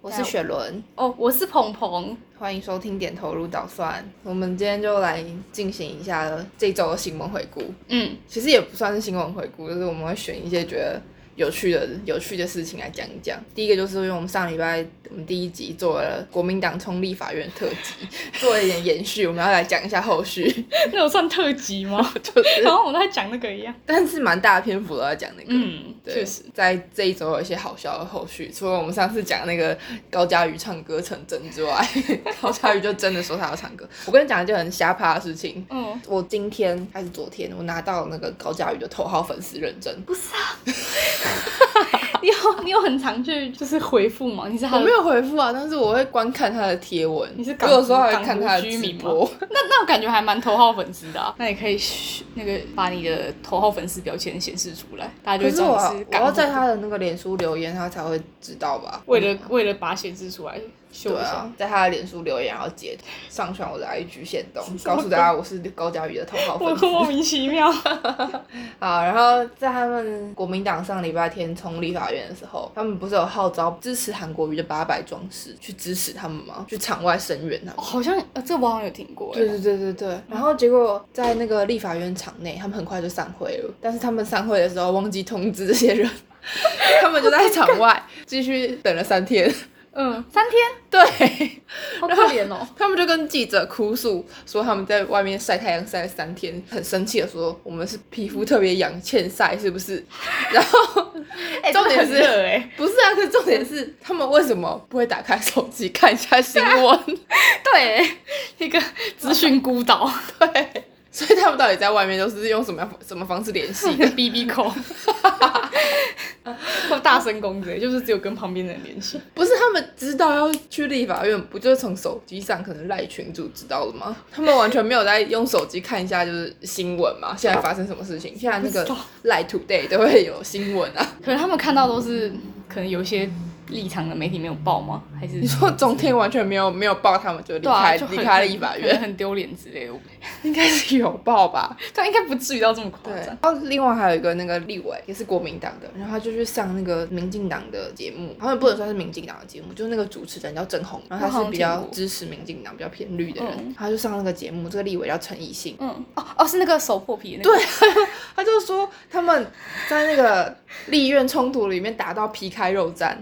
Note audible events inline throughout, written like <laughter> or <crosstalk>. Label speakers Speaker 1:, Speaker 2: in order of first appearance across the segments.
Speaker 1: 我是雪伦，
Speaker 2: 哦，我是鹏鹏，
Speaker 1: 欢迎收听《点头如捣蒜》。我们今天就来进行一下这周的新闻回顾，
Speaker 2: 嗯，
Speaker 1: 其实也不算是新闻回顾，就是我们会选一些觉得有趣的、有趣的事情来讲一讲。第一个就是因为我们上礼拜我们第一集做了国民党冲立法院特辑，做了一点延续，我们要来讲一下后续，
Speaker 2: <laughs> 那有算特辑 <laughs> 吗？
Speaker 1: 就是
Speaker 2: 好像我都在讲那个一样。
Speaker 1: 但是蛮大的篇幅都在讲那个。
Speaker 2: 嗯，
Speaker 1: 对
Speaker 2: 确 <laughs> 实，，
Speaker 1: 在这一周有一些好笑的后续，除了我们上次讲那个高佳瑜唱歌成真之 <laughs> 外，高佳瑜就真的说她要唱歌。我跟你讲一件很瞎趴的事情，
Speaker 2: 嗯，
Speaker 1: 我今天还是昨天，我拿到那个高佳瑜的头号粉丝认证，
Speaker 2: 你有你有很常去就是回复吗？你是他
Speaker 1: 我
Speaker 2: 的
Speaker 1: 没有回复啊，但是我会观看他的贴文，
Speaker 2: 你是
Speaker 1: 我
Speaker 2: 港
Speaker 1: 有时候还会看
Speaker 2: 港
Speaker 1: 他
Speaker 2: 国
Speaker 1: 的
Speaker 2: 居
Speaker 1: 直
Speaker 2: 民吗
Speaker 1: 播。
Speaker 2: 那那我感觉还蛮头号粉丝的、啊，那你可以嘘那个把你的头号粉丝标签显示出来，大家就
Speaker 1: 可
Speaker 2: 会知
Speaker 1: 是
Speaker 2: 道
Speaker 1: 我
Speaker 2: 你是
Speaker 1: 我
Speaker 2: 港
Speaker 1: 要
Speaker 2: 粉
Speaker 1: 在他的那个脸书留言，他才会知道吧？
Speaker 2: 为了为了把它显示出来秀
Speaker 1: 对
Speaker 2: 一下。
Speaker 1: 啊，在他的脸书留言，然后截图上传我的 IG 线动，告诉大家我是高佳瑜的头号 <laughs>
Speaker 2: <laughs> 我
Speaker 1: 粉丝。
Speaker 2: 莫名其妙，
Speaker 1: 好，然后在他们国民党上礼拜天冲立法院的时候，他们不是有号召支持韩国瑜的八百壮士去支持他们吗？去场外声援他们。
Speaker 2: 好像呃，这我好像有听过。
Speaker 1: 对对对对对，然后结果在那个立法院场内，他们很快就散会了。但是他们散会的时候忘记通知这些 <laughs> 人，他们就在场外继续等了三天。
Speaker 2: 嗯，三天，
Speaker 1: 对，
Speaker 2: 好可怜哦。
Speaker 1: 他们就跟记者哭诉说他们在外面晒太阳晒了三天，很生气的说我们是皮肤特别痒，欠晒是不是？然后
Speaker 2: <laughs> 哎
Speaker 1: 重点是
Speaker 2: <laughs> 真的很热哎，
Speaker 1: 不是啊，可是重点是他们为什么不会打开手机看一下新闻？
Speaker 2: <laughs> 对， <laughs> 一个资讯孤岛，
Speaker 1: 对，所以他们到底在外面都是用什么样什么方式
Speaker 2: <laughs>
Speaker 1: 联系
Speaker 2: 一？个 BB 扣，或大声公之类，就是只有跟旁边的人联系。
Speaker 1: 不是他们知道要去立法院，不就是从手机上可能赖群主知道了吗？他们完全没有在用手机看一下就是新闻嘛，现在发生什么事情？现在那
Speaker 2: 不知
Speaker 1: 个
Speaker 2: 道
Speaker 1: 赖 Today 都会有新闻啊。
Speaker 2: 可能他们看到都是可能有一些立场的媒体没有报吗？还是
Speaker 1: 你说中天完全没有没有报他们就离
Speaker 2: 对啊，
Speaker 1: 开
Speaker 2: 就很
Speaker 1: 离开立法
Speaker 2: 可能
Speaker 1: 院，
Speaker 2: 很丢脸之类的。我
Speaker 1: 应该是有报吧？
Speaker 2: 但应该不至于到这么夸
Speaker 1: 对，
Speaker 2: 张
Speaker 1: 然。后另外还有一个那个立委也是国民党的，然后他就去上那个民进党的节目，好像也不能算是民进党的节目，就是那个主持人叫郑红，然后
Speaker 2: 我
Speaker 1: 他
Speaker 2: 好
Speaker 1: 是
Speaker 2: 像
Speaker 1: 比
Speaker 2: 听
Speaker 1: 较
Speaker 2: 过
Speaker 1: 支持民进党、比较偏绿的人，
Speaker 2: 嗯
Speaker 1: 他就上那个节目，这个立委叫陈以信，
Speaker 2: 嗯，哦哦，是那个手破皮的那个。对，
Speaker 1: 他就说他们在那个立院冲突里面打到皮开肉绽，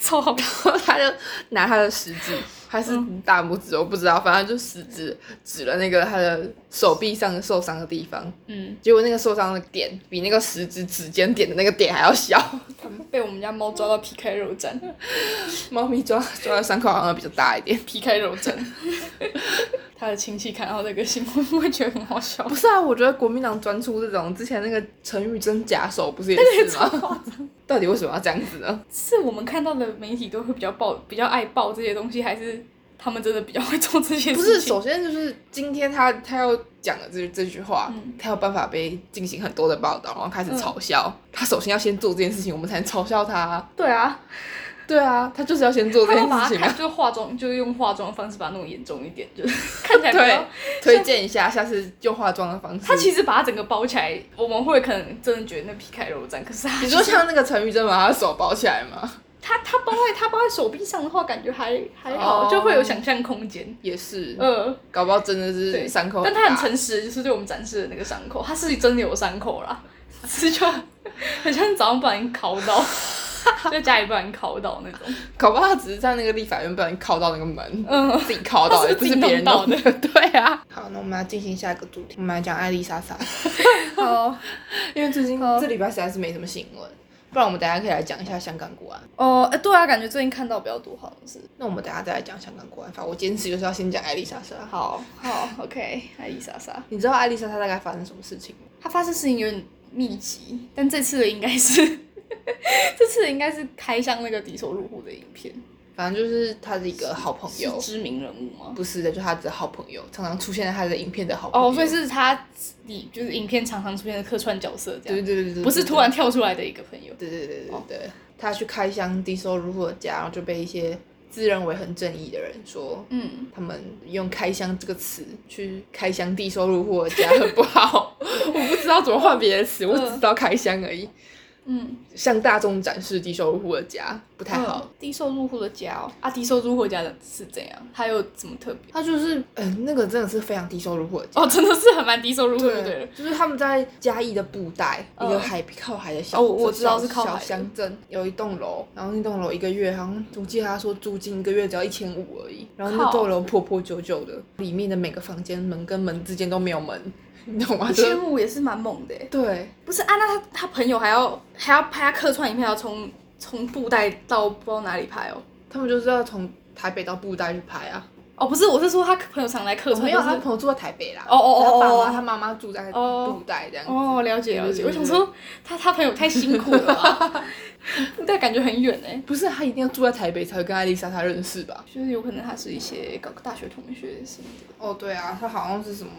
Speaker 2: 超好看。
Speaker 1: 然后 <laughs> 他就拿他的食指还是大拇指，我不知道，反正就食指指了那个他的手臂上受伤的地方，
Speaker 2: 嗯，
Speaker 1: 结果那个受伤的点比那个食指指尖点的那个点还要小。 <laughs>
Speaker 2: 被我们家猫抓到皮开肉绽，
Speaker 1: 猫咪抓抓的伤口好像比较大一点。
Speaker 2: 皮开肉绽。 <laughs> 他的亲戚看到这个新闻 <laughs> 会觉得很好笑
Speaker 1: 不。是啊，我觉得国民党专出这种，之前那个陈玉珍假手不是也是吗？ <laughs> 到底为什么要这样子呢？
Speaker 2: 是我们看到的媒体都会比较报，比较爱报这些东西，还是他们真的比较会做这些
Speaker 1: 不是，
Speaker 2: 事情？
Speaker 1: 首先就是今天他他要讲的这这句话，
Speaker 2: 嗯
Speaker 1: 他有办法被进行很多的报道，然后开始嘲笑、
Speaker 2: 嗯
Speaker 1: 他。首先要先做这件事情，我们才能嘲笑他啊。
Speaker 2: 对啊，
Speaker 1: 对啊，他就是要先做这
Speaker 2: 他 <laughs>
Speaker 1: 件
Speaker 2: 们把它
Speaker 1: 事情
Speaker 2: 看，
Speaker 1: 啊。
Speaker 2: 就是化妆，就是用化妆的方式把它弄严重一点，就是 <laughs> 看起来比
Speaker 1: 对
Speaker 2: 较。，
Speaker 1: 推荐一下，下次用化妆的方式。
Speaker 2: 他其实把它整个包起来，我们会可能真的觉得那皮开肉绽，可是他
Speaker 1: 你说
Speaker 2: 就是
Speaker 1: 像那个陈玉珍把他的手包起来吗？
Speaker 2: 他他包在他包在手臂上的话，感觉还还好
Speaker 1: 哦
Speaker 2: 就会有想象空间。
Speaker 1: 也是，
Speaker 2: 呃，
Speaker 1: 嗯搞不好真的
Speaker 2: 对，
Speaker 1: 是伤口
Speaker 2: 但
Speaker 1: 很大。
Speaker 2: 他很诚实，就是对我们展示的那个伤口，他是真的有伤口啦， <laughs> 只是就很像早上不小心烤到， <laughs> 在家里不小心烤到那种。
Speaker 1: 搞不好他只是在那个立法院不小心靠到那个门，
Speaker 2: 嗯，
Speaker 1: 自己靠到的，
Speaker 2: 他是
Speaker 1: 不
Speaker 2: 自己
Speaker 1: 是别人
Speaker 2: 弄到
Speaker 1: 的。 <laughs> 对啊。好，那我们要进行下一个主题，我们来讲艾丽莎莎，
Speaker 2: 好，
Speaker 1: <laughs> 因为最近
Speaker 2: 好
Speaker 1: 这礼拜实在是没什么新闻，不然我们等一下可以来讲一下香港国安。
Speaker 2: 哦，哎，对啊，感觉最近看到比较多，好像是。
Speaker 1: 那我们等一下再来讲香港国安法。我坚持就是要先讲艾丽莎莎。
Speaker 2: 好，好，OK，艾丽莎莎，
Speaker 1: 你知道艾丽莎莎大概发生什么事情吗？
Speaker 2: 她发生事情有点密集，但这次的应该是， <laughs> 这次的应该是开箱那个敌手入户的影片，
Speaker 1: 反正就是她的一个好朋
Speaker 2: 是
Speaker 1: 友，
Speaker 2: 知名人物吗？
Speaker 1: 不是的，就她的好朋友，常常出现在她的影片的好朋友。
Speaker 2: 哦，所以是他里就是影片常常出现的客串角色这
Speaker 1: 对
Speaker 2: 样，
Speaker 1: 对对对对，
Speaker 2: 不是突然跳出来的一个朋友。
Speaker 1: 对对对对对，他去开箱低收入户的家，然后就被一些自认为很正义的人说，
Speaker 2: 嗯，
Speaker 1: 他们用“开箱”这个词去开箱 <laughs> 低收入户的家很不好。我不知道怎么换别的词，我只知道开箱而已。
Speaker 2: 嗯，
Speaker 1: 向大众展示低收入户的家，不太好。
Speaker 2: 嗯低收入户的家哦，啊，低收入户的家是怎样？它有怎么特别？
Speaker 1: 他就是，嗯、那个真的是非常低收入户的家。
Speaker 2: 哦，真的是很蛮低收入户的，对了。
Speaker 1: 就是他们在嘉义的布袋，
Speaker 2: 嗯
Speaker 1: 一个海靠海的小，
Speaker 2: 哦我我知道是靠海
Speaker 1: 小
Speaker 2: 的
Speaker 1: 乡镇，有一栋楼，然后那栋楼一个月好像，我记得他说租金一个月只要一千五而已，然后那
Speaker 2: 靠
Speaker 1: 栋楼破破旧旧的，里面的每个房间门跟门之间都没有门， <laughs> 你懂吗？
Speaker 2: 一
Speaker 1: 就是
Speaker 2: 千五也是蛮猛的耶，欸
Speaker 1: 对，
Speaker 2: 不是啊？那他他朋友还要还要拍他客串影片，还要从从布袋到不知道哪里拍哦。
Speaker 1: 他们就是要从台北到布袋去拍啊。
Speaker 2: 哦，不是，我是说哦他朋友常来客
Speaker 1: 我
Speaker 2: 串，
Speaker 1: 没有，
Speaker 2: 就是
Speaker 1: 他朋友住在台北啦。
Speaker 2: 哦哦哦
Speaker 1: 他爸
Speaker 2: 哦
Speaker 1: 妈
Speaker 2: 哦
Speaker 1: 他妈妈住在
Speaker 2: 哦
Speaker 1: 布袋这样。
Speaker 2: 哦，了解了解。
Speaker 1: 对对对
Speaker 2: 我想说他他朋友太辛苦了 <laughs> 吧，布袋感觉很远哎。
Speaker 1: 不是，他一定要住在台北才会跟艾丽莎她认识吧？
Speaker 2: 就是有可能他是一些搞大学同学什么的。
Speaker 1: 哦，对啊，他好像是什么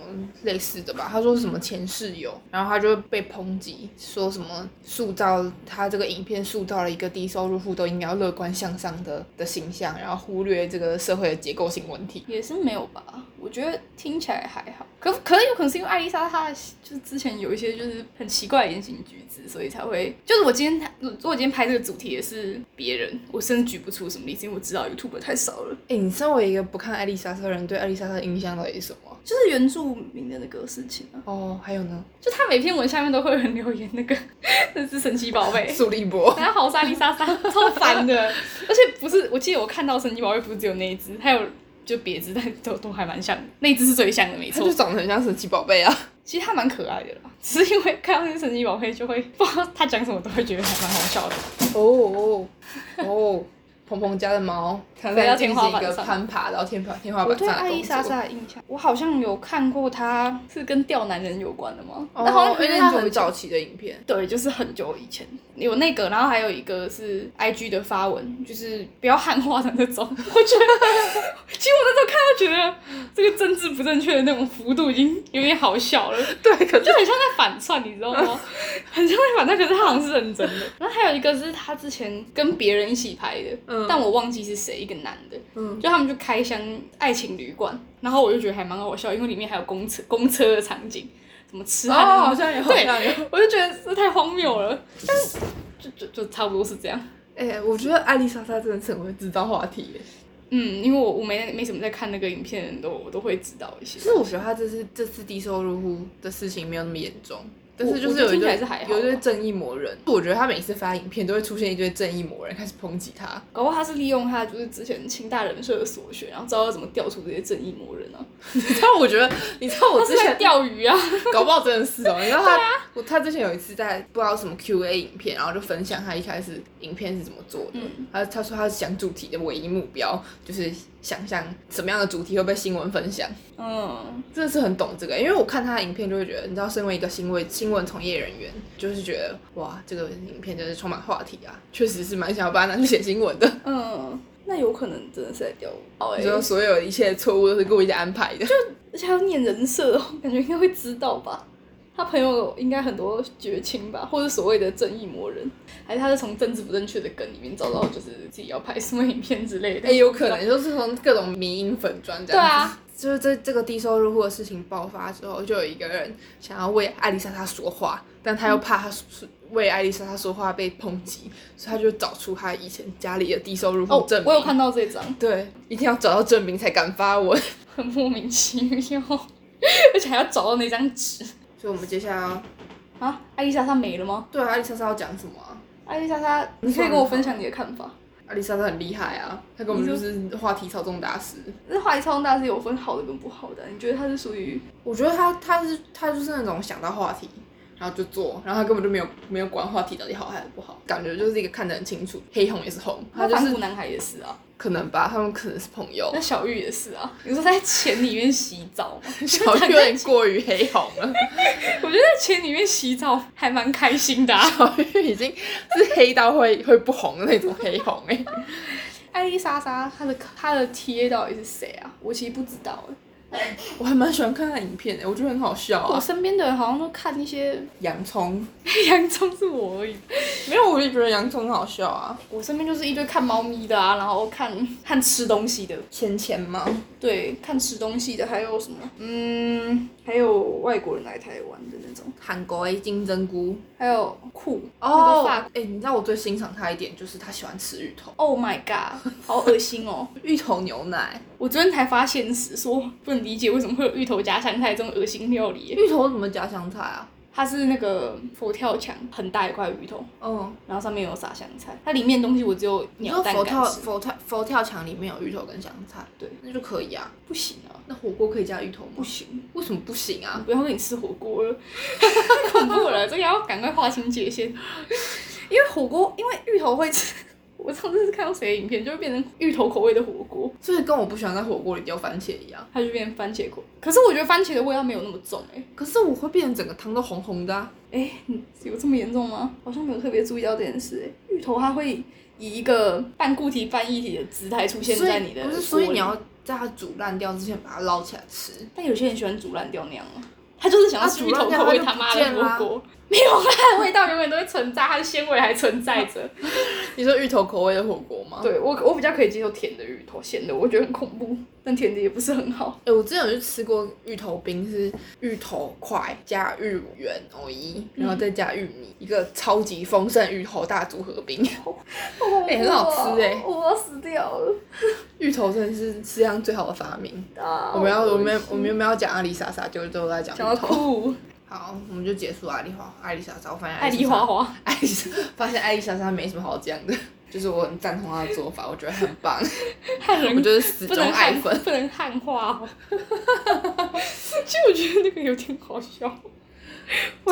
Speaker 1: 类似的吧？他说什么前室友，然后他就被抨击，说什么塑造他这个影片塑造了一个低收入户都应该要乐观向上的的形象，然后忽略这个社会的结构性问题。
Speaker 2: 也是没有吧，我觉得听起来还好。可可能有可能是因为艾丽莎她就是之前有一些就是很奇怪的言行举止，所以才会就是我今天如果我今天拍这个主题也是别人，我甚至举不出什么例子，因为我知道 YouTube 太少了。
Speaker 1: 哎，你身为一个不看艾丽莎莎的人，对艾丽莎莎的印象到底是什么？
Speaker 2: 就是原住民的那个事情啊，
Speaker 1: 哦，还有呢，
Speaker 2: 就他每篇文下面都会有人留言那个 <laughs> 那只神奇宝贝，
Speaker 1: 苏立波。
Speaker 2: 然后好是艾丽莎莎，超 <laughs> 烦的。而且不是，我记得我看到神奇宝贝不是只有那一只，还有就别只，但都都还蛮像的，那一只是最像的，没
Speaker 1: 他
Speaker 2: 错
Speaker 1: 就。长得很像神奇宝贝啊！
Speaker 2: 其实它蛮可爱的啦， <laughs> 只是因为看到那个神奇宝贝就会不知道它讲什么都会觉得还蛮好笑的。
Speaker 1: 哦哦哦，鹏鹏家的猫，它
Speaker 2: 飞到
Speaker 1: 在
Speaker 2: 天
Speaker 1: 进
Speaker 2: 花
Speaker 1: 行一
Speaker 2: 板
Speaker 1: 个
Speaker 2: 上
Speaker 1: 攀爬到天爬天花
Speaker 2: <laughs> 我
Speaker 1: 板上
Speaker 2: 对
Speaker 1: 的
Speaker 2: 艾丽
Speaker 1: 动
Speaker 2: 莎
Speaker 1: 作
Speaker 2: 莎的印象，我好像有看过她是跟钓男人有关的吗？
Speaker 1: 哦，
Speaker 2: 那好像
Speaker 1: 因为
Speaker 2: 点
Speaker 1: 它
Speaker 2: 久以
Speaker 1: 很
Speaker 2: 前
Speaker 1: 早期的影片，
Speaker 2: 对，就是很久以前有那个，然后还有一个是 I G 的发文，就是不要汉化的那种。 <laughs> 我觉得，其实我那时候看到觉得这个政治不正确的那种幅度已经有点好笑了，
Speaker 1: <laughs> 对，可 <laughs>
Speaker 2: 就很像在反串，你知道吗？很像在反串，可是他好像是认真的。然后还有一个是他之前跟别人一起拍的，
Speaker 1: 嗯
Speaker 2: 但我忘记是谁，一个男的，
Speaker 1: 嗯
Speaker 2: 就他们就开箱爱情旅馆，然后我就觉得还蛮好笑，因为里面还有公车公车的场景，什么痴汉的那种、
Speaker 1: 哦像有
Speaker 2: 对
Speaker 1: 有。 <laughs>
Speaker 2: 我就觉得这太荒谬了，但是就就就差不多是这样。
Speaker 1: 哎、我觉得艾丽莎莎真的是很会制造话题耶。
Speaker 2: 嗯，因为我我没没什么在看那个影片的人都我都会知道一些
Speaker 1: 其。实我觉得她这次这次低收入户的事情没有那么严重，但是
Speaker 2: 我
Speaker 1: 就
Speaker 2: 我
Speaker 1: 是有啊一
Speaker 2: 听起来
Speaker 1: 堆
Speaker 2: 是还好
Speaker 1: 有一堆
Speaker 2: 吧
Speaker 1: 正义魔人。我觉得她每次发影片都会出现一堆正义魔人开始抨击她。 <laughs>
Speaker 2: 搞不好他是利用他就是之前清大人设的所学，然后知道要怎么调出这些正义魔人啊。
Speaker 1: 你知道，我觉得你知道我 <laughs>
Speaker 2: 他
Speaker 1: 之
Speaker 2: 是在
Speaker 1: 前
Speaker 2: 钓鱼啊。
Speaker 1: 搞不好真的是哦。你知道他，我他之前有一次在不知道什么 Q&A 影片，然后就分享他一开始影片是怎么做的。
Speaker 2: 嗯
Speaker 1: 他他说他想主题的唯一目标就是想象什么样的主题会被新闻分享，
Speaker 2: <laughs> 嗯，
Speaker 1: 真的是很懂这个。因为我看他的影片就会觉得，你知道，身为一个新闻新闻从业人员，就是觉得哇，这个影片真是充满话题啊，确实是蛮想要把它拿去写新闻的。
Speaker 2: 嗯，那有可能真的是在钓鱼。哦、
Speaker 1: 你说所有一切错误都是故意的安排的，
Speaker 2: 而且还要念人设，我感觉应该会知道吧。他朋友应该很多绝情吧，或者所谓的正义魔人，还是他是从政治不正确的梗里面找到，就是自己要拍什么影片之类的。
Speaker 1: 哎、有可能就是从各种迷因粉砖这
Speaker 2: 对
Speaker 1: 样子。
Speaker 2: 啊，
Speaker 1: 就是这这个低收入户的事情爆发之后，就有一个人想要为艾丽莎莎说话，但
Speaker 2: 嗯
Speaker 1: 他又怕他说为艾丽莎莎说话被抨击，所以他就找出他以前家里的低收入户
Speaker 2: 哦
Speaker 1: 证，明。
Speaker 2: 我有看到这张，
Speaker 1: 对，一定要找到证明才敢发文。 <laughs>
Speaker 2: 很莫名其妙，而且还要找到那张纸
Speaker 1: 所以我们接下来要
Speaker 2: 啊！艾丽莎莎没了吗？
Speaker 1: 对啊艾丽莎莎要讲什么啊？
Speaker 2: 艾丽莎莎，你可以跟我分享你的看法。
Speaker 1: 艾丽莎莎很厉害啊，她根本就是话题操纵大师。
Speaker 2: 那话题超大是有分好的跟不好的，你觉得她是属于
Speaker 1: 我觉得她她是她就是那种想到话题。然后就做，然后她根本就没有没有管话题到底好还是不好，感觉就是一个看得很清楚，黑红也是红，她
Speaker 2: 那
Speaker 1: 就是
Speaker 2: 反骨男孩也是啊，
Speaker 1: 可能吧，他们可能是朋友 <laughs>
Speaker 2: 那。小玉也是啊。你说在钱里面洗澡吗？ <laughs>
Speaker 1: 小玉有点过于黑红 <laughs> 了，
Speaker 2: 我觉得在钱里面洗澡还蛮开心的、 <laughs> 啊。
Speaker 1: 小玉已经是黑到会会不红的那种黑红哎、
Speaker 2: 艾丽莎莎，她的她的 TA 到底是谁啊？我其实不知道哎、
Speaker 1: 我还蛮喜欢看他的影片的，我觉得很好笑
Speaker 2: 我
Speaker 1: 啊。
Speaker 2: 身边的人好像都看一 <laughs> 些
Speaker 1: 洋葱，
Speaker 2: 洋葱是我而已，
Speaker 1: 没有，我就觉得洋葱很好笑啊。
Speaker 2: 我身边就是一堆看猫咪的啊，然后看看吃东西的，
Speaker 1: 钱钱吗？
Speaker 2: 对，看吃东西的，还有什么？嗯，还有外国人来台湾的那种，
Speaker 1: 韩国的金针菇
Speaker 2: 还有酷那个
Speaker 1: 哦，哎、
Speaker 2: 法
Speaker 1: 你知道我最欣赏他一点就是他喜欢吃芋头，
Speaker 2: Oh my god，好恶心哦！
Speaker 1: 芋头牛奶，
Speaker 2: 我昨天才发现时说不能理解为什么会有芋头加香菜这种恶心料理耶。
Speaker 1: 芋头怎么加香菜啊？
Speaker 2: 它是那个佛跳墙，很大一块芋头，
Speaker 1: 嗯，
Speaker 2: 然后上面有撒香菜。它里面的东西我只有
Speaker 1: 你
Speaker 2: 鸟
Speaker 1: 说
Speaker 2: 蛋
Speaker 1: 佛
Speaker 2: 敢
Speaker 1: 跳
Speaker 2: 吃，
Speaker 1: 佛跳佛跳墙里面有芋头跟香菜，
Speaker 2: 对，
Speaker 1: 那就可以啊。
Speaker 2: 不行啊，
Speaker 1: 那火锅可以加芋头吗？
Speaker 2: 不，行，
Speaker 1: 为什么不行啊？
Speaker 2: 不要跟你吃火锅 <laughs> 了，太恐怖了，这个要赶快划清界限。因为火锅，因为芋头会吃。我上次是看到谁的影片，就会变成芋头口味的火锅，
Speaker 1: 所以跟我不喜欢在火锅里丢番茄一样。
Speaker 2: 它就变成番茄口。可是我觉得番茄的味道没有那么重哎、
Speaker 1: 可是我会变成整个汤都红红的、啊，
Speaker 2: 哎，你有这么严重吗？好像没有特别注意到这件事诶。芋头它会以一个半固体半液体的姿态出现
Speaker 1: 所以
Speaker 2: 在你的
Speaker 1: 不是，
Speaker 2: 锅
Speaker 1: 所以你
Speaker 2: 里。
Speaker 1: 要在它煮烂掉之前把它捞起来吃。
Speaker 2: 但有些人喜欢煮烂掉那样啊，他就是想要
Speaker 1: 那
Speaker 2: 吃
Speaker 1: 煮
Speaker 2: 芋头
Speaker 1: 烂掉
Speaker 2: 口味
Speaker 1: 它就
Speaker 2: 他妈
Speaker 1: 不
Speaker 2: 的
Speaker 1: 见
Speaker 2: 火
Speaker 1: 啦
Speaker 2: 锅。没有啦，它的味道永远都会存在，它的鲜味还存在着。
Speaker 1: 你说芋头口味的火锅吗？
Speaker 2: 对我，我比较可以接受甜的芋头，咸的我觉得很恐怖，但甜的也不是
Speaker 1: <laughs>
Speaker 2: 很好。
Speaker 1: 哎、我之前有去吃过芋头冰，是芋头块加芋圆藕衣，然后再加玉米，一个超级丰盛芋头大组合冰。
Speaker 2: 哎
Speaker 1: 很好吃欸
Speaker 2: 我要死掉了！
Speaker 1: 芋头真的是世界上最好的发明。
Speaker 2: 啊
Speaker 1: 我们要，我们
Speaker 2: 好恶心
Speaker 1: 我们原本要讲阿里莎莎，就都在讲
Speaker 2: 想要
Speaker 1: 芋头。
Speaker 2: 哭，
Speaker 1: <laughs> 好，我们就结束阿里花阿里莎莎。我发现
Speaker 2: 爱
Speaker 1: 丽
Speaker 2: 丽
Speaker 1: 莎莎
Speaker 2: 花花。
Speaker 1: 艾丽莎 <laughs> 发现艾丽莎莎没什么好讲的， <laughs> 就是我很赞同她的做法，我觉得 <laughs> 很棒，
Speaker 2: 汉人
Speaker 1: 我就是死
Speaker 2: 不
Speaker 1: 忠
Speaker 2: 能
Speaker 1: 爱
Speaker 2: 汉
Speaker 1: 粉。
Speaker 2: 不能汉化哦。 <laughs> 其实我觉得那个有点好 <laughs> 笑，我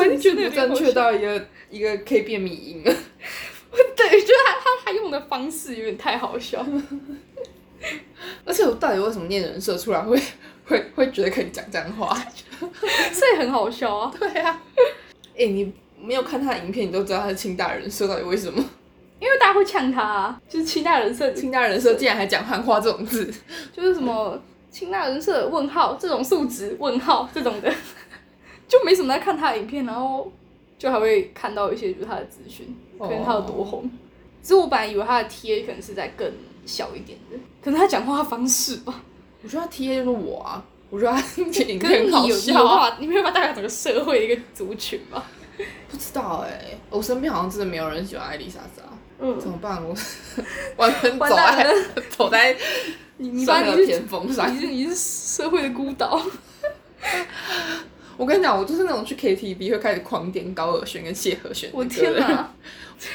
Speaker 1: <laughs>
Speaker 2: 还是觉
Speaker 1: 这
Speaker 2: 得有
Speaker 1: 不
Speaker 2: 点
Speaker 1: 正
Speaker 2: 好
Speaker 1: 确
Speaker 2: 笑。
Speaker 1: 到一个 <laughs> 一个可以变迷音了。
Speaker 2: 对，就是他他他用的方式有点太好笑。 <laughs>
Speaker 1: 而且我到底为什么念人设出来会 <laughs> 会会觉得可以讲这样的话？
Speaker 2: 所以很好笑啊。
Speaker 1: <laughs> 对 <laughs> 啊，哎、你没有看他的影片，你都知道他是清大人设，到底为什么？
Speaker 2: 因为大家会呛他、啊，就是清大人设，
Speaker 1: 清大人设竟然还讲汉化这种字，
Speaker 2: 就是什么清大人设问号这种数值问号这种的， <laughs> 就没什么在看他的影片，然后就还会看到一些就是他的资讯，可能他有多红。其实我本来以为他的 TA 可能是在更小一点的，可能他讲话方式吧。
Speaker 1: 我觉得他 T A 就是我啊，我觉得他 <laughs> 影
Speaker 2: 可是
Speaker 1: 片很
Speaker 2: 你有
Speaker 1: 好
Speaker 2: 你有
Speaker 1: 笑
Speaker 2: 办
Speaker 1: 啊。
Speaker 2: 法，你没有办法代表整个社会的一个族群吧？
Speaker 1: 不知道哎、我身边好像真的没有人喜欢艾丽莎莎。怎
Speaker 2: 嗯，
Speaker 1: 么办？我 <laughs> 完全走
Speaker 2: 完蛋
Speaker 1: 在走在
Speaker 2: 你你把
Speaker 1: 算
Speaker 2: 你
Speaker 1: 的
Speaker 2: 是
Speaker 1: 偏锋上
Speaker 2: 你。是你是社会的孤岛，
Speaker 1: <laughs> 我跟你讲，我就是那种去 KTV 会开始狂点高尔宣跟谢和弦的歌。
Speaker 2: <laughs> 我天
Speaker 1: 哪！
Speaker 2: 哪！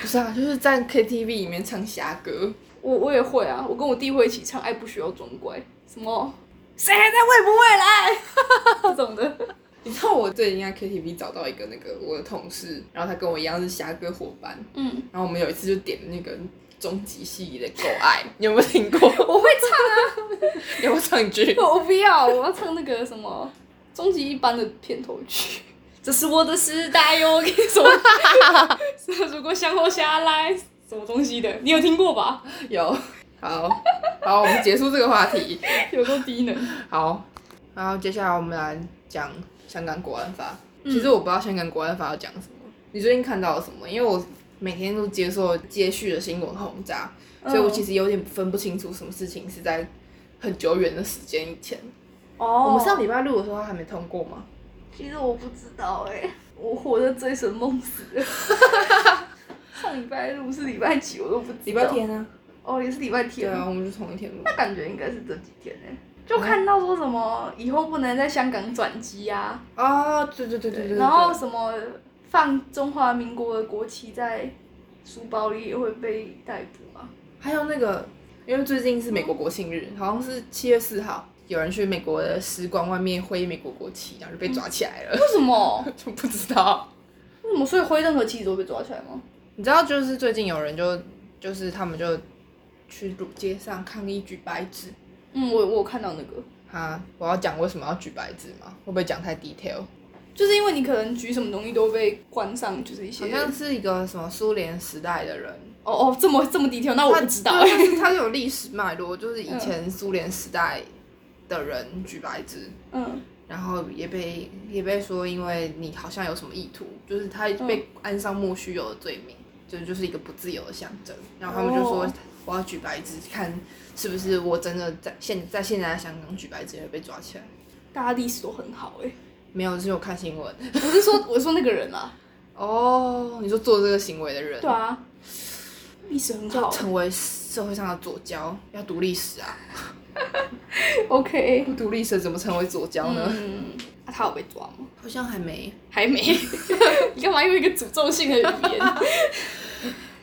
Speaker 1: 不是啊，就是在 KTV 里面唱侠歌。
Speaker 2: 我我也会啊，我跟我弟会一起唱《爱不需要装乖》，什么谁还在为不未来 <laughs> 这种的。
Speaker 1: 你知道我最近在 KTV 找到一个那个我的同事，然后他跟我一样是侠歌伙伴，
Speaker 2: 嗯，
Speaker 1: 然后我们有一次就点那个终极系列的《够爱》，你有没有听过？ <laughs>
Speaker 2: 我会唱， <laughs>
Speaker 1: 你有没有唱一句？
Speaker 2: 我不要，我要唱那个什么《终极一班》的片头曲。这是我的时代哦哟，我跟你说， <laughs> 如果想活下来，什么东西的，你有听过吧？
Speaker 1: <laughs> 有。好，好，我们结束这个话题。
Speaker 2: 有多低能？
Speaker 1: 好，然后接下来我们来讲香港国安法。
Speaker 2: 嗯
Speaker 1: 其实我不知道香港国安法要讲什么，你最近看到了什么？因为我每天都接受接续的新闻轰炸，所以我其
Speaker 2: 实
Speaker 1: 实有点分不清楚什么事情是在很久远的时间以前。
Speaker 2: 哦，
Speaker 1: 我们上礼拜录的时候它还没通过吗？
Speaker 2: 其实我不知道哎、我活得醉生梦 <laughs> 死了。上礼拜录是礼拜几，我都不知道。
Speaker 1: 礼拜天啊，
Speaker 2: 哦，也是礼拜
Speaker 1: 对
Speaker 2: 天。
Speaker 1: 啊，我们就同一天录
Speaker 2: 那。感觉应该是这几天呢、欸就看到说什么以后不能在香港转机啊，
Speaker 1: 啊，对对对对对。
Speaker 2: 然后
Speaker 1: 对
Speaker 2: 什么放中华民国的国旗在书包里也会被逮捕啊。
Speaker 1: 还有那个，因为最近是美国国庆日，好像是七月四号，有人去美国的使馆外面挥美国国旗，然后就被抓起来了。
Speaker 2: 为什么？
Speaker 1: 就 <laughs> 不知道。
Speaker 2: 为什么？所以挥任何旗子都被抓起来吗？
Speaker 1: 你知道，就是最近有人就就是他们就去路街上抗议举白纸。
Speaker 2: 嗯，我我有看到那个，
Speaker 1: 哈，我要讲为什么要举白纸吗？会不会讲太 detail？
Speaker 2: 就是因为你可能举什么东西都会被关上，就是一些
Speaker 1: 好像是一个什么苏联时代的人，
Speaker 2: 哦哦这 <laughs> 么这么低调，那我不知道、
Speaker 1: 嗯对但是它有历史脉络，就是以前苏联时代的人举白纸，
Speaker 2: 嗯，
Speaker 1: 然后也被也被说，因为你好像有什么意图，就是他被安上莫须有的罪名，就就是一个不自由的象征。然后他们就说，
Speaker 2: 哦
Speaker 1: 我要举白纸，看是不是我真的在现在现在的香港举白纸也会被抓起来。
Speaker 2: 大家历史都很好哎、
Speaker 1: 没有，是我看新闻。 <laughs>
Speaker 2: 我是说，我是说那个人啊，
Speaker 1: 哦，你说做这个行为的人，
Speaker 2: <laughs> 对啊，历史很好、
Speaker 1: 成为社会上的左交，要读历史啊！
Speaker 2: <laughs> OK，
Speaker 1: 不读历史怎么成为左交呢？
Speaker 2: 嗯，啊他有被抓吗？
Speaker 1: 好像还没。
Speaker 2: 还没， <laughs> 你干嘛用一个诅咒性的语言？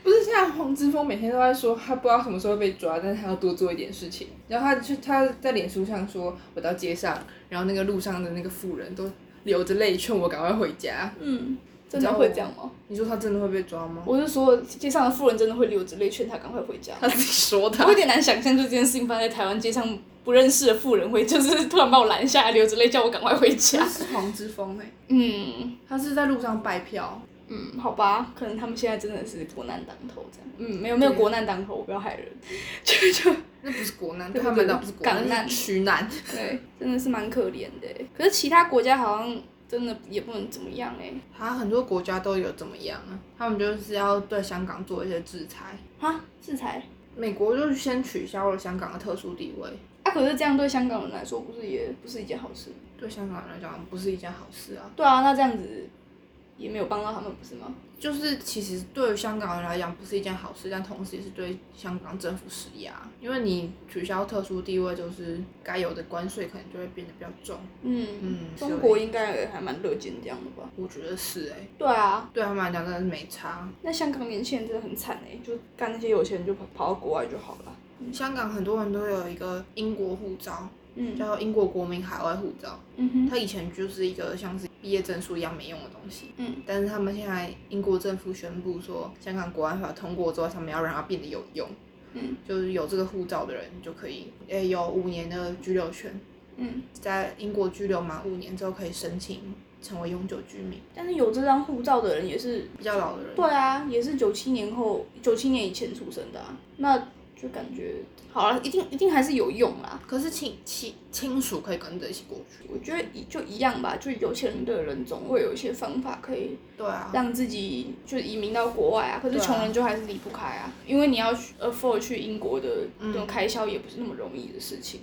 Speaker 1: 不是，现在黄之锋每天都在说他不知道什么时候会被抓，但是他要多做一点事情。然后他就他在脸书上说，我到街上，然后那个路上的那个妇人都流着泪劝我赶快回家。
Speaker 2: 嗯， <laughs> 真的会这样吗？
Speaker 1: 你说他真的会被抓吗？
Speaker 2: 我是说，街上的富人真的会流着泪劝他赶快回家。
Speaker 1: 他自己说
Speaker 2: 我有点难想象，就这件事情发生在台湾街上，不认识的富人会就是突然把我拦下来，流着泪叫我赶快回家。
Speaker 1: 是黄之锋哎、
Speaker 2: 嗯
Speaker 1: 他是在路上拜票。
Speaker 2: 嗯，好吧，可能他们现在真的是国难当头这样。嗯，没有没有
Speaker 1: 对
Speaker 2: 国难当头，我不要害人， <laughs> 就就
Speaker 1: 那不是国难，
Speaker 2: 对
Speaker 1: 他们那不是国
Speaker 2: 港
Speaker 1: 难，
Speaker 2: 难
Speaker 1: 是区难。
Speaker 2: 对，真的是蛮可怜的欸。可是其他国家好像真的也不能怎么样哎。
Speaker 1: 他很多国家都有怎么样啊？他们就是要对香港做一些制裁。
Speaker 2: 哈，制裁
Speaker 1: 美国就先取消了香港的特殊地位，
Speaker 2: 啊，可是这样对香港人来说，不是也不是一件好事？
Speaker 1: 对香港人来讲不是一件好事啊。
Speaker 2: 对啊，那这样子也没有帮到他们，不是吗？
Speaker 1: 就是其实对于香港人来讲不是一件好事，但同时也是对香港政府施压，因为你取消特殊地位，就是该有的关税可能就会变得比较重。
Speaker 2: 嗯，
Speaker 1: 嗯，
Speaker 2: 中
Speaker 1: 所
Speaker 2: 国
Speaker 1: 以
Speaker 2: 应该也还蛮乐见这样的吧？
Speaker 1: 我觉得是哎、
Speaker 2: 对啊，
Speaker 1: 对他们来讲真的是没差。
Speaker 2: 那香港年轻人真的很惨哎、就干那些有钱人就跑跑到国外就好了。
Speaker 1: 香港很多人都有一个英国护照，
Speaker 2: 嗯
Speaker 1: 叫英国国民海外护照，
Speaker 2: 嗯哼，
Speaker 1: 它以前就是一个像是毕业证书一样没用的东西。
Speaker 2: 嗯，
Speaker 1: 但是他们现在英国政府宣布说，香港国安法通过之后，他们要让它变得有用。
Speaker 2: 嗯，
Speaker 1: 就是有这个护照的人就可以，诶、有五年的居留权，
Speaker 2: 嗯，
Speaker 1: 在英国居留满五年之后可以申请成为永久居民。
Speaker 2: 但是有这张护照的人也是，
Speaker 1: 比较老的人，
Speaker 2: 对啊，也是九七年后九七年以前出生的啊，那就感觉好了，一定一定还是有用啦。
Speaker 1: 可是亲亲亲属可以跟着一起过去。
Speaker 2: 我觉得一就一样吧，就有钱人的人总会有一些方法可以
Speaker 1: 对啊，
Speaker 2: 让自己就移民到国外啊，可是
Speaker 1: 对啊
Speaker 2: 穷人就还是离不开啊，因为你要去 afford 去英国的
Speaker 1: 嗯
Speaker 2: 这种开销也不是那么容易的事情。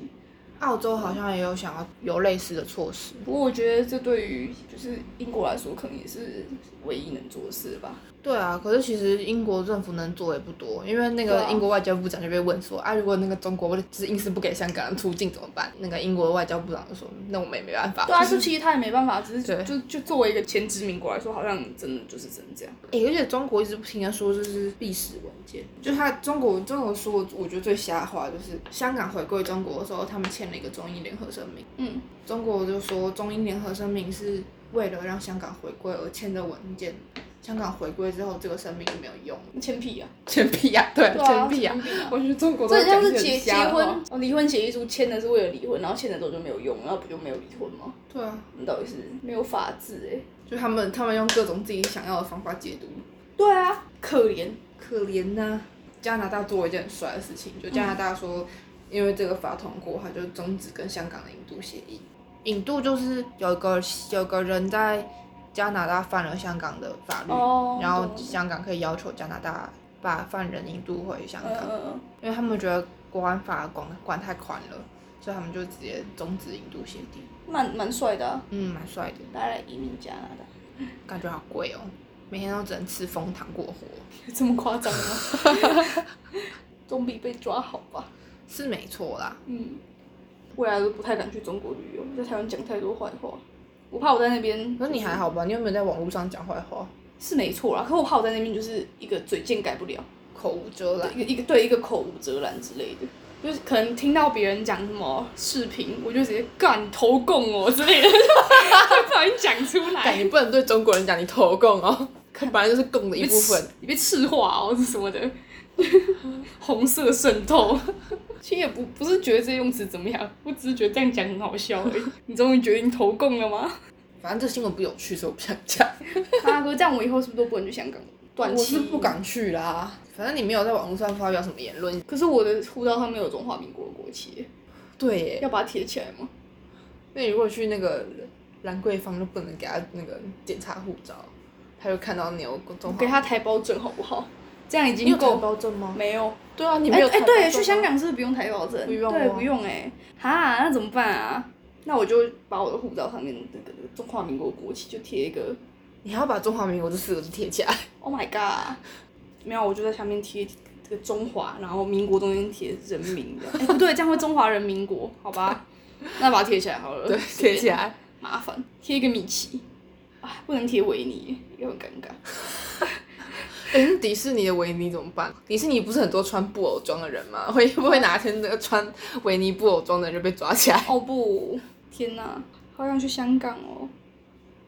Speaker 1: 澳洲好像也有想要有类似的措施。
Speaker 2: 不过我觉得这对于就是英国来说，可能也是唯一能做的事吧。
Speaker 1: 对啊，可是其实英国政府能做的也不多，因为那
Speaker 2: 对
Speaker 1: 个
Speaker 2: 啊
Speaker 1: 英国外交部长就被问说，啊，如果那个中国就是硬是不给香港人出境怎么办？那个英国外交部长就说，那我们也没办法。
Speaker 2: 对啊，就其实他也没办法，只是
Speaker 1: 对
Speaker 2: 就就作为一个前殖民国来说，好像真的就是真的这样。
Speaker 1: 欸，而且中国一直不停的说这是历史文件，就他中国中国说，我我觉得最瞎的话就是香港回归中国的时候，他们签了一个中英联合声明，
Speaker 2: 嗯，
Speaker 1: 中国就说中英联合声明是为了让香港回归而签的文件，香港回归之后这个声明就没有用， <laughs>
Speaker 2: 签屁啊，
Speaker 1: 签屁呀、对啊，
Speaker 2: 对啊，
Speaker 1: 签屁呀、
Speaker 2: 签屁啊
Speaker 1: 我觉得中国都
Speaker 2: 这很像
Speaker 1: 讲一
Speaker 2: 是
Speaker 1: 些
Speaker 2: 结
Speaker 1: 很
Speaker 2: 结
Speaker 1: 瞎的话
Speaker 2: 婚，哦，离婚协议书签的是为了离婚，然后签了之后就没有用，然后不就没有离婚吗？
Speaker 1: 对啊，
Speaker 2: 你到底是没有法治哎、
Speaker 1: 就他们他们用各种自己想要的方法解读，
Speaker 2: 对啊，可怜。
Speaker 1: 可怜呐、加拿大做了一件很帅的事情，就加拿大说，因为这个法通过，他就终止跟香港的引渡协议。引渡就是有个有个人在加拿大犯了香港的法律，
Speaker 2: 哦
Speaker 1: 然后
Speaker 2: 懂
Speaker 1: 香港可以要求加拿大把犯人引渡回香
Speaker 2: 嗯
Speaker 1: 港，
Speaker 2: 嗯
Speaker 1: 因为他们觉得国安法管管太宽了，所以他们就直接终止引渡协定。
Speaker 2: 嗯，蛮蛮帅的、啊，
Speaker 1: 嗯，蛮帅的，
Speaker 2: 大家来移民加拿大，
Speaker 1: 感觉好贵哦，每天都只能吃枫糖过活，
Speaker 2: <laughs> 这么夸张吗？ <laughs> 总比被抓好吧？
Speaker 1: 是没错啦。
Speaker 2: 嗯，未来都不太敢去中国旅游，在台湾讲太多坏话，我怕我在那边、
Speaker 1: 可是你还好吧？你有没有在网络上讲坏话？
Speaker 2: 是没错啦，可我怕我在那边就是一个嘴贱改不了，
Speaker 1: 口无遮拦。
Speaker 2: 一个一个对一个啊口无遮拦之类的。就是可能听到别人讲什么视频，我就直接干投共哦之类的， <laughs> 就不小心讲出
Speaker 1: 但
Speaker 2: 来，
Speaker 1: 你不能对中国人讲你投共哦，本来就是共的一
Speaker 2: 你
Speaker 1: 部 <laughs> 分。
Speaker 2: 你被赤化哦，是什么的，红色渗透。 <laughs> 其实也不不是觉得这些用词怎么样，我只是觉得这样讲很好笑而已。 <laughs> 你终于决定投共了吗？
Speaker 1: 反正这新闻不有趣，所以我不想 <laughs> 讲。
Speaker 2: <laughs> 啊哥，这样我以后是不是都不能去香港？短
Speaker 1: 我
Speaker 2: 期
Speaker 1: 是不。敢去啦。反正你没有在网络上发表什么言论，
Speaker 2: 可是我的护照上面有中华民国的国旗，
Speaker 1: 对耶，
Speaker 2: 要把它贴起来吗？
Speaker 1: 那你如果去那个兰桂坊，就不能给他那个检查护照，他就看到你有中
Speaker 2: 我
Speaker 1: 华
Speaker 2: 给他台胞证好不好？这样已
Speaker 1: 你
Speaker 2: 经
Speaker 1: 有台
Speaker 2: 够。
Speaker 1: 胞证吗？
Speaker 2: 没有，
Speaker 1: 对啊，你没
Speaker 2: 哎
Speaker 1: 有
Speaker 2: 哎，
Speaker 1: 台胞
Speaker 2: 对，
Speaker 1: 证
Speaker 2: 去香
Speaker 1: 吗，
Speaker 2: 港是不是不用台胞证，
Speaker 1: 不用
Speaker 2: 对，
Speaker 1: 哦
Speaker 2: 不用哎、哈，那怎么办啊？那我就把我的护照上面那个那个中华民国国旗就贴一个
Speaker 1: 你还要把中华民国这四个字贴起来。
Speaker 2: ，Oh my god！没有，我就在下面贴这个中华，然后民国中间贴人民 <laughs> 的，哎、不对，这样会中华人民国，好 <laughs> 吧？那把它贴起来好
Speaker 1: <laughs>
Speaker 2: 了，
Speaker 1: 对，
Speaker 2: 随便
Speaker 1: 贴起来。
Speaker 2: 麻烦，贴一个米奇，啊，不能贴维尼，又很尴尬。
Speaker 1: <laughs> 哎、那迪士尼的维尼怎么办？迪士尼不是很多穿布偶装的人吗？ <laughs> 会不会哪天那个穿维尼布偶装的人就被抓起来？ <laughs>
Speaker 2: 哦不，天哪，好想去香港哦，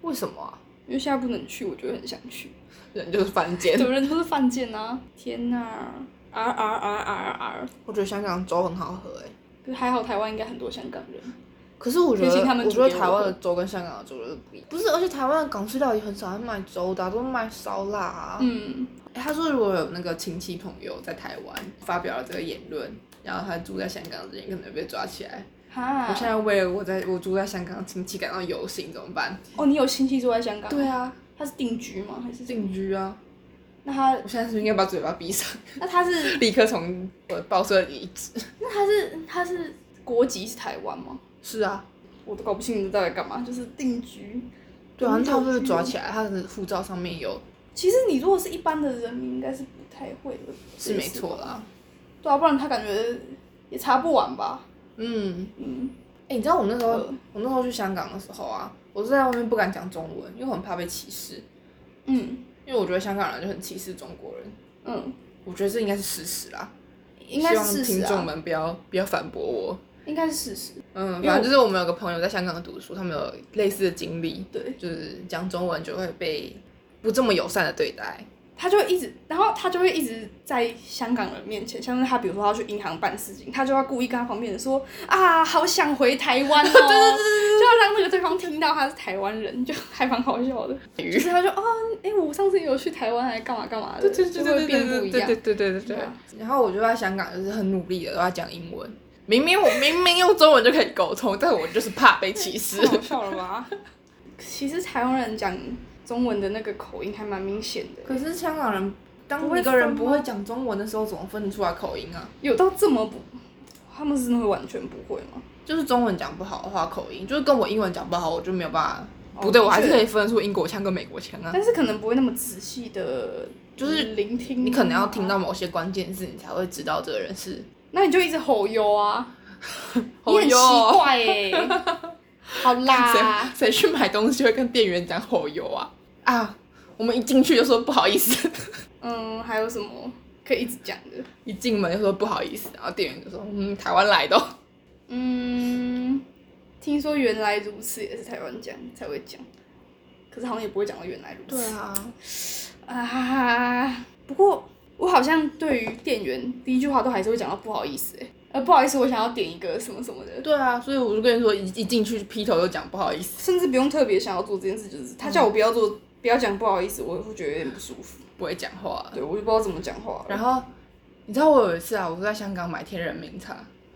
Speaker 1: 为什么啊？
Speaker 2: 因为现在不能去，我就很想
Speaker 1: <laughs>
Speaker 2: 去。
Speaker 1: 人就是犯贱。
Speaker 2: 有人都是犯贱啊！天哪，R R R R R，
Speaker 1: 我觉得香港粥很好喝哎、
Speaker 2: 可是还好台湾应该很多香港人。
Speaker 1: 可是我觉
Speaker 2: 推
Speaker 1: 得，
Speaker 2: 荐他们
Speaker 1: 我
Speaker 2: 煮
Speaker 1: 觉得
Speaker 2: 给我
Speaker 1: 台湾的粥跟香港的粥就是不一样。不是，而且台湾的港式料理很少在卖粥的啊、都是卖烧腊啊。
Speaker 2: 嗯，
Speaker 1: 欸他说如果有那个亲戚朋友在台湾发表了这个言论，然后他住在香港的人可能被抓起来。
Speaker 2: 哈
Speaker 1: 我，现在为了我在我住在香港的亲戚感到忧心，怎么办？
Speaker 2: 哦，你有亲戚住在香港？
Speaker 1: 对，啊，
Speaker 2: 他是定居吗？还是
Speaker 1: 定居啊！
Speaker 2: 那他
Speaker 1: 我现在是不是应该把嘴巴闭上，
Speaker 2: 那他是
Speaker 1: 立刻从我的报社离职？
Speaker 2: 那他是他是国籍是台湾吗？
Speaker 1: 是啊，
Speaker 2: 我都搞不清楚你到底干嘛，就是定居。
Speaker 1: 对啊，他被
Speaker 2: 是
Speaker 1: 抓起来，他的护照上面有，
Speaker 2: 其实你如果是一般的人民，应该是不太会的。
Speaker 1: 是没错啦。
Speaker 2: 对啊，不然他感觉也查不完吧。
Speaker 1: 嗯，
Speaker 2: 嗯，
Speaker 1: 哎、你知道我那时候，
Speaker 2: 嗯
Speaker 1: 我那时候去香港的时候啊，我是在外面不敢讲中文，因为我很怕被歧视，
Speaker 2: 嗯
Speaker 1: 因为我觉得香港人就很歧视中国人，
Speaker 2: 嗯，
Speaker 1: 我觉得这应该是事实啦。
Speaker 2: 应该
Speaker 1: 希
Speaker 2: 是事
Speaker 1: 望
Speaker 2: 实
Speaker 1: 听众
Speaker 2: 啊，
Speaker 1: 们不要不要反驳我。
Speaker 2: 应该是事实。
Speaker 1: 嗯，
Speaker 2: 因为
Speaker 1: 反
Speaker 2: 我
Speaker 1: 正就是我们有个朋友在香港读书，他们有类似的经历，
Speaker 2: 对，
Speaker 1: 就是讲中文就会被不这么友善的对待。
Speaker 2: 他就会一直，然后他就会一直在香港人面前，像是他比如说他去银行办事情，他就要故意跟他旁边人说啊，好想回台
Speaker 1: <laughs>
Speaker 2: 湾哦，对对对对，就要让那个对方听到他是台湾人，就 <laughs> 还蛮好笑的。就是他就哦，哎、我上次有去台湾，还干嘛干嘛的，就会变不一样。
Speaker 1: 对对对
Speaker 2: 对啊
Speaker 1: 然后我就在香港就是很努力的都在讲英文，明明我明明用中文就可以沟通，但我就是怕被歧 <laughs> 视
Speaker 2: <laughs> 太。好笑了吧？其实台湾人讲中文的那个口音还蛮明显的，
Speaker 1: 可是香港人。
Speaker 2: 不
Speaker 1: 当
Speaker 2: 会
Speaker 1: 一个人
Speaker 2: 分吗
Speaker 1: 不会讲中文的时候，怎么分得出来口音啊？
Speaker 2: 有到这么不，他们是真的会完全不会吗？
Speaker 1: 就是中文讲不好的话，口音就是跟我英文讲不好，我就没有办法。
Speaker 2: 哦
Speaker 1: 不对，我还是
Speaker 2: 的确
Speaker 1: 可以分得出英国腔跟美国腔啊。
Speaker 2: 但是可能不会那么仔细的，就是聆听、
Speaker 1: 你可能要听到，某些关键字，你才会知道这个人是。
Speaker 2: 那你就一直吼哟啊，你很
Speaker 1: 哟
Speaker 2: 奇怪哎、好 <laughs>
Speaker 1: 谁
Speaker 2: 啦，
Speaker 1: 啊 <laughs> 谁去买东西会跟店员讲吼油啊？啊，我们一进去就说不好意思，
Speaker 2: 嗯，还有什么可以一直讲的？
Speaker 1: 一进门就说不好意思，然后店员就说嗯，台湾来的哦、
Speaker 2: 嗯，听说原来如此也是台湾讲才会讲，可是好像也不会讲到原来如此
Speaker 1: 啊，
Speaker 2: 啊。不过我好像对于店员第一句话都还是会讲到不好意思哎、呃，不好意思，我想要点一个什么什么的，
Speaker 1: 对啊，所以我就跟你说，一一进去劈头就讲不好意思，
Speaker 2: 甚至不用特别想要做这件事，就是他叫我不要做，不要讲不好意思，我会觉得有点不舒服。
Speaker 1: 不会讲话。
Speaker 2: 对，我就不知道怎么讲话了。
Speaker 1: 然后你知道我有一次啊，我在香港买天人茗茶，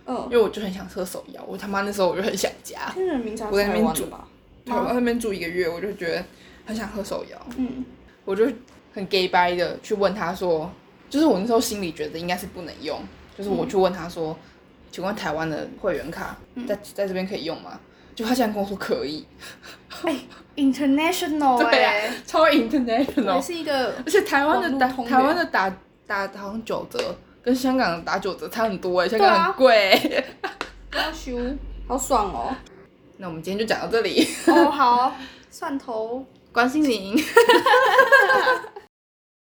Speaker 1: 因
Speaker 2: 嗯，
Speaker 1: 为我就很想喝手摇，我他妈那时候我就很想加，
Speaker 2: 天人名茶
Speaker 1: 我在那边
Speaker 2: 台湾的
Speaker 1: 煮
Speaker 2: 吧？
Speaker 1: 对，我在那边住一个月，我就觉得很想喝手摇。
Speaker 2: 嗯，
Speaker 1: 我就很 gay 掰的去问他说，就是我那时候心里觉得应该是不能用，就是我去问他说，请问台湾的会员卡在在这边可以用吗？就他竟然跟我说可以，
Speaker 2: 哎，international
Speaker 1: 对啊
Speaker 2: 哎，
Speaker 1: 超
Speaker 2: 还
Speaker 1: international，
Speaker 2: 是一个
Speaker 1: 而且台湾的打
Speaker 2: 网络通的
Speaker 1: 台湾的打打好像九折，跟香港的打九折差很多哎、香
Speaker 2: 啊
Speaker 1: 港很贵、 <laughs>
Speaker 2: 要求，好爽哦。
Speaker 1: 那我们今天就讲到这里，
Speaker 2: 哦，好，蒜头。
Speaker 1: 关心您。